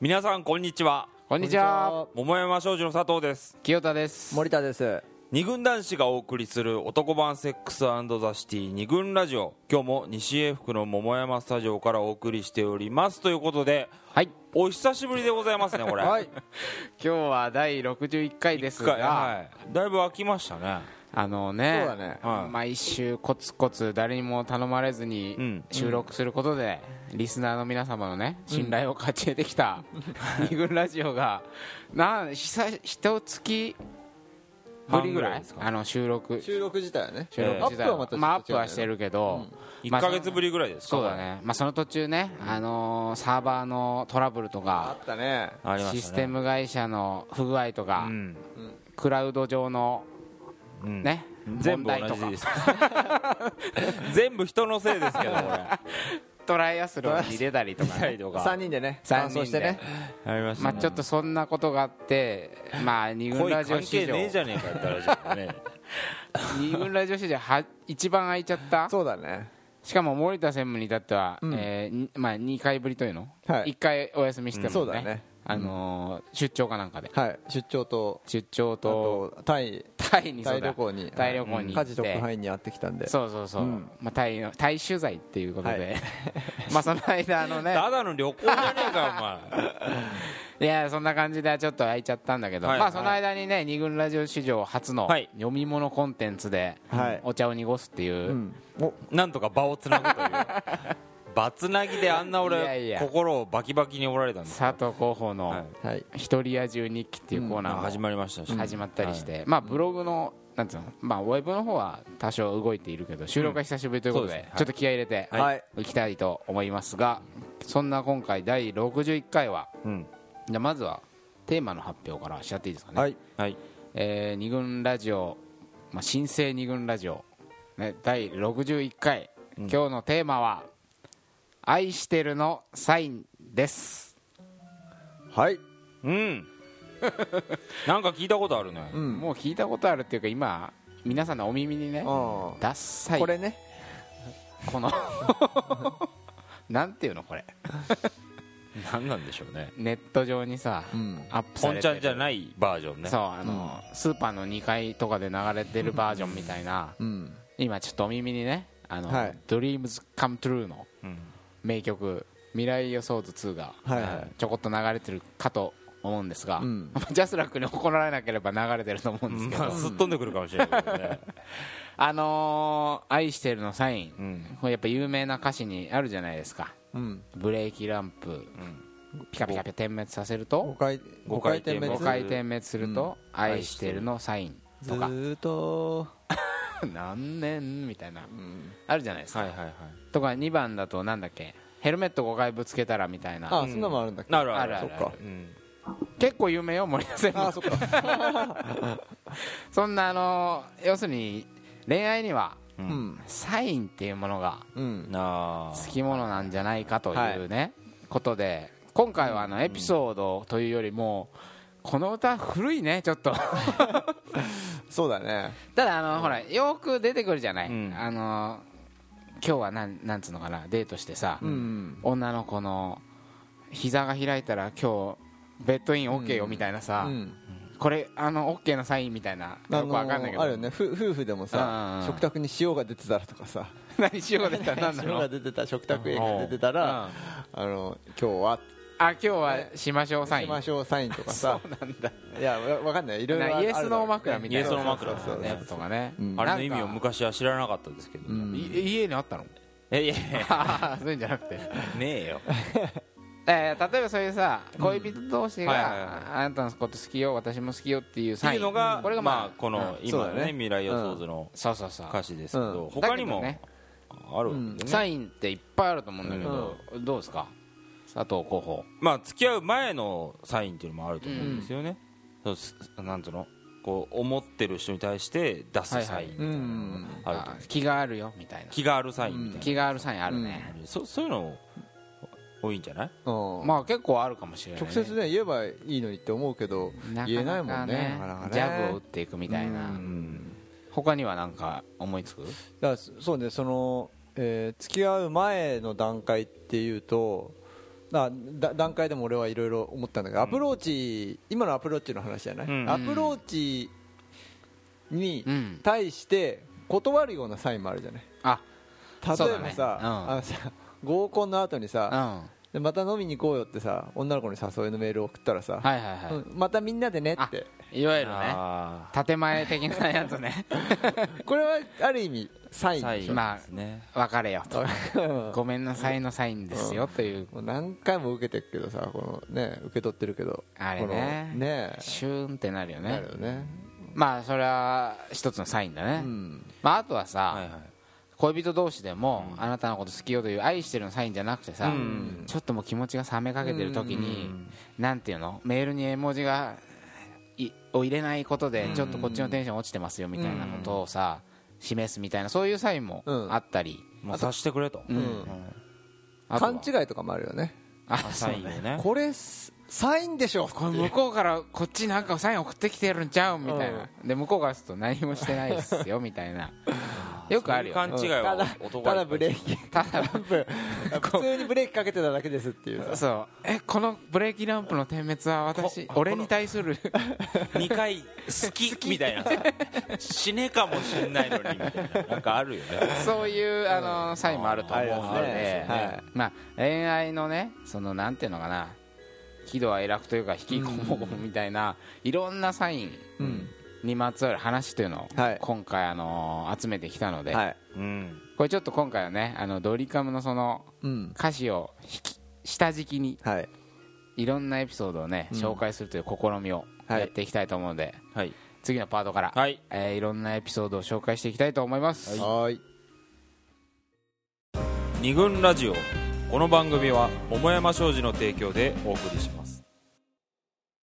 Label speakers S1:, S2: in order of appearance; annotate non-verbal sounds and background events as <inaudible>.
S1: 皆さんこんにちは
S2: こんにちは。
S1: 桃山商事の佐藤です
S2: 清田です。
S3: 森田です
S1: 二軍男子がお送りする男版セックスザシティ二軍ラジオ今日も西英福の桃山スタジオからお送りしておりますということで
S2: はい。
S1: お久しぶりでございますねこれ
S3: はい
S2: 今日は第61回です
S1: 一
S2: が、
S1: 回はいだいぶ空きましたね
S2: あのね
S3: そうだね
S1: はい
S2: 毎週コツコツ誰にも頼まれず
S1: う
S2: に
S1: ん
S2: 収録することで、リスナーの皆様のね信頼を勝ち得て
S1: <laughs>
S2: きた二軍ラジオがなん久し一月ぶ
S1: 半
S2: り
S1: ぐ
S2: ぐ
S1: ら
S2: ら
S1: い
S2: い
S1: ですか
S2: あの収録
S3: 収録自体はね
S2: 収録自体
S3: アップはまたちょっと違
S2: ま
S3: うね
S2: あアップはしてるけど、
S1: 一
S2: まあ
S1: ヶ月ぶりぐらいですか
S2: そうだね、まあ、その途中ね、あのーサーバーのトラブルと
S3: あ
S2: か
S3: ったね
S1: これありましたね
S2: システム会社の不具合と
S1: う
S2: か、
S1: ん
S2: クラウド上の
S1: うん
S2: ね、
S1: 全
S2: 問
S1: 部
S2: 題
S1: 同
S2: と
S1: じ
S2: か
S1: です <laughs> 全部人のせいです
S2: <laughs>
S1: けどこれ
S2: トライアスロンに出たりとかね、
S3: 3人でね
S2: 三
S3: 完
S2: 人で
S3: 走してね
S1: ありました
S2: <laughs> ま
S1: ね
S2: あ、ちょっとそんなことがあって、まあ、二軍
S1: 恋
S2: ラジオ
S1: 関係
S2: 史上
S1: ねえじゃねえかって話だからね
S2: 二軍ラジオ史上は一番空いちゃった
S3: そうだね
S2: しかも森田専務に至っては、
S3: ん
S2: えーにまあ、2回ぶりというの、
S3: はい
S2: 一1回お休みしてもんね,、
S3: そうだね
S2: あのー出張かなんかで
S3: はい出張と
S2: 出張
S3: あ
S2: と
S3: とタイ
S2: タイにそ
S3: タ
S2: う
S3: イ
S2: だ
S3: 旅行に
S2: タイ旅行に行
S3: 家
S2: って
S3: 事特派員に会ってきたんで
S2: そうそうそう、
S3: うん
S2: まあ、タイのタイ取材っていうことで、
S3: は
S2: <laughs> まあその間あのね
S1: ただの旅行じゃねえかお前
S2: いやそんな感じでちょっと空いちゃったんだけど、
S1: はい
S2: まあその間にね二軍ラジオ史上初の
S1: はい
S2: 読み物コンテンツで
S3: はい
S2: お茶を濁すっていう、
S3: うんお
S1: <laughs> なんとか場をつなぐという <laughs> 場つなぎであんない
S2: やい
S1: 俺
S2: や
S1: 心をバキバキに折られたんです
S2: 佐藤候補
S1: は
S2: の
S1: い
S3: はい
S2: 「一人野獣日記」っていうコーナ
S1: なんか
S2: ー
S1: 始
S2: も
S1: まりましたし
S2: 始まったりして、まあブログのなんつうのまあウェブの方は多少動いているけど収録が久しぶりということで,、
S1: うんそうですねはい
S2: ちょっと気合い入れて
S3: はい
S2: いきたいと思いますが、そんな今回第61回は
S1: うん
S2: じゃあまずはテーマの発表からしちゃっていいですかね、
S3: はい
S1: はい
S2: えー二軍ラジオ、まあ、新生二軍ラジオ、ね、第61回、今日のテーマは「愛してるのサイン」です
S3: はい
S1: <laughs> うんなんか聞いたことあるね
S3: うん
S2: もう聞いたことあるっていうか今皆さんのお耳にね
S3: あ
S2: ダッサ
S3: ー
S2: い
S3: これね
S2: こ
S3: <laughs>
S2: のなんていうのこれ
S1: 何なんでしょうね
S2: ネット上にさ、
S3: うん
S2: アップさ
S1: 本
S2: れ
S1: ち
S2: て
S1: ゃ
S2: る
S1: んじゃないバージョンね
S2: そうあの、スーパーの2階とかで流れてるバージョンみたいな、
S3: うん
S2: 今ちょっとお耳にね「あの
S3: はい
S2: Dreams Come True」の
S1: うん
S2: 名曲「未来予想図2」が
S3: はいは
S2: ちょこっと流れてるかと思うんですが、
S3: うん
S2: <laughs> ジャスラックに怒られなければ流れてると思うんですけど、
S1: まあすっ飛んでくるかもしれないけどね
S2: <laughs> あのー愛してる」のサイン、
S1: ん
S2: これやっぱ有名な歌詞にあるじゃないですか
S3: うん
S2: ブレーキランプ、ピカピカピカ点滅させると
S3: 5回
S1: 五
S3: 五
S1: 回転
S3: 回転
S1: 滅
S3: 滅
S2: 5回点滅すると「愛
S1: 愛し
S2: してて
S1: る
S2: る」のサイン
S3: ず
S2: とか
S3: ーっと
S2: 「 <laughs> 何年?」みたいな
S3: うん
S2: あるじゃないですか、
S1: <laughs> はいはいはい
S2: とか2番だとなんだっけヘルメット5回ぶつけたらみたいな
S3: あそんなのもあるんだっけ
S1: なるある
S2: あ
S1: あ
S2: る
S1: る
S2: ある
S3: そっか
S1: うん
S2: 結構有名よ森田専務
S3: あーそっか
S2: <laughs> そんなあの要するに恋愛には
S3: うん
S2: サインっていうものが
S3: うん
S1: なあ
S2: つきものなんじゃないかというね、ことで今回はあのエピソードというよりも、この歌古いねちょっと
S3: そうだね
S2: ただあの、ほらよく出てくるじゃない、
S1: うん
S2: あの今日はなんなんつうのかなデートしてさ、
S3: うん
S2: 女の子の膝が開いたら今日ベッドイン OK よみたいなさ、
S3: うん
S2: これあの OK のサインみたいな
S3: あ
S2: よくわ
S3: の
S2: かんないけど
S3: ーあるよねふ夫婦で
S2: うんう
S3: も
S2: ん
S3: さ食卓に塩が出てたらとかさ
S2: <laughs> 何しようで
S3: <laughs>
S2: したら何な
S3: 塩
S2: の
S3: が出てた食卓塩が出てたら
S2: うん
S3: あの今日は
S2: あ今日はしましょうサイ
S3: し
S2: ン
S3: ましょうサインとかさ
S2: そうなんだ
S3: いやわわかんないいろい
S2: なんか
S3: ろ
S2: イエスの枕みたい
S1: イエ
S2: な
S1: スの枕
S3: そうそうそう
S2: やつとかね
S3: うん
S1: あれの意味を
S2: なんか
S1: 昔は知らなかったですけど
S3: うん
S2: い家にあったの <laughs>
S1: えいや <laughs> いや
S2: ああそういうんじゃなくて
S1: ねえよ
S2: えー例えばそういうさ恋人同士
S1: はいはいはい
S2: があなたのこと好きよ私も好きよっていう
S1: っ
S2: サ
S1: て
S2: イ
S1: い
S2: ン
S1: うのが
S2: これが
S1: ま
S2: ま
S1: あ
S2: あ
S1: この
S3: うん
S1: 今の
S3: そうだ
S1: ね
S3: ね
S1: 未来予想図の
S2: そうそうそう
S1: 歌詞ですけど
S3: うん
S1: 他にも
S2: だけ
S1: あるわけでね
S2: サインっていっぱいあると思うんだけどどうですか佐藤候補
S1: まあ付き合う前のサインっていうのもあると思うんですよね、そうすなんとのこう思ってる人に対して出すサインみたいなのもあると思う
S2: あ気があるよみたいな
S1: 気があるサインみたいな、
S2: 気があるサインあるね
S1: そそういうの多いんじゃない
S3: うん
S2: まあ結構あるかもしれないね
S3: 直接ね言えばいいのにって思うけど
S2: な
S3: 言えない
S2: か
S3: も
S2: なんか
S3: ね
S2: ね
S3: なかなかね
S2: ジャブを打っていくみたいうなん他には何か思いつく
S3: だからそそうねその、えー付き合う前の段階っていうとだだ段階でも俺はいろいろ思ったんだけどアプローチ、今のアプローチの話じゃない、
S1: うん
S3: アプローチに
S2: うん
S3: 対して断るようなサインもあるじゃない
S2: あ
S3: 例えば
S2: そう
S3: さ,、
S2: だねうん
S3: あのさ合コンの後に
S2: うん
S3: さ、
S2: は
S3: でまた飲みに行こうよってさ女の子に誘いのメール送ったら
S2: い
S3: さ、
S2: はいはい、
S3: うんまたみんなでねって
S2: いわゆるね
S1: あ
S2: 建前的なやつね
S3: これはある意味サイ
S1: ー
S3: ン
S1: サ
S3: で
S1: イ
S3: し
S1: ン
S3: ょ
S1: ですね、
S2: 別れよと
S3: も
S2: ごめんなさいのサインですよという
S3: う何回も受けてるけどさこのね受け取ってるけど
S2: あれね
S3: このね
S2: シューンってなるよ
S3: な
S2: ね
S3: るよね
S2: まあそれは一つのサインだね、
S3: うん
S2: まあ、あとはさ、
S1: はいはい、
S2: 恋人同士でも、あなたのこと好きよという愛してるのサインじゃなくてさ、
S1: ん
S2: ちょっともう気持ちが冷めかけてる時に、なんていうのメールに絵文字がいを入れないことでちょっとこっちのテンション落ちてますよみたいなことをさ、示すみたいなそういうサインも
S3: うん
S2: あったり、
S1: もう察してくれと、
S2: うん
S3: うん
S2: あとは
S3: 勘違いとかもあるよね
S2: あ
S1: あ
S2: そう
S1: サインをね
S3: これすサインでしょ
S2: これ向こうからこっちなんかサイン送ってきてるんちゃうみたいな、で向こうからすると何もしてないっすよみたいなよくあるよ、ね、
S1: そういう勘違いは
S3: た
S1: 男が
S3: だ
S1: いっぱい
S3: ブ
S1: いる
S3: レーキ
S2: ただ
S3: 普通にブレーキかけてただけですっていうさ
S2: そうえこのブレーキランプの点滅は私俺に対する
S1: 2回好きみたいなさ死ねかもしんないのにみたいななんかあるよね
S3: <laughs>
S2: そういうあのサインもあると思うの
S3: あ
S2: で
S3: りますねはい
S2: まあ、恋愛のねそのなんていうのかな喜怒哀楽というか引きこもごもみたいな、いろんなサイン
S3: うん
S2: にまつわる話というのを、
S3: はい
S2: 今回あの集めてきたので、
S3: はい
S1: うん
S2: これちょっと今回はねあのドリカムのその
S3: うん
S2: 歌詞を引き下敷きに
S3: はい
S2: いろんなエピソードをね、
S3: うん
S2: 紹介するという試みを
S3: はい
S2: やっていきたいと思うので、
S1: はい
S2: 次のパートから、
S1: はい
S2: えーいろんなエピソードを紹介していきたいと思います、
S3: はーい
S1: 二軍ラジオこの番組は桃山商事の提供でお送りします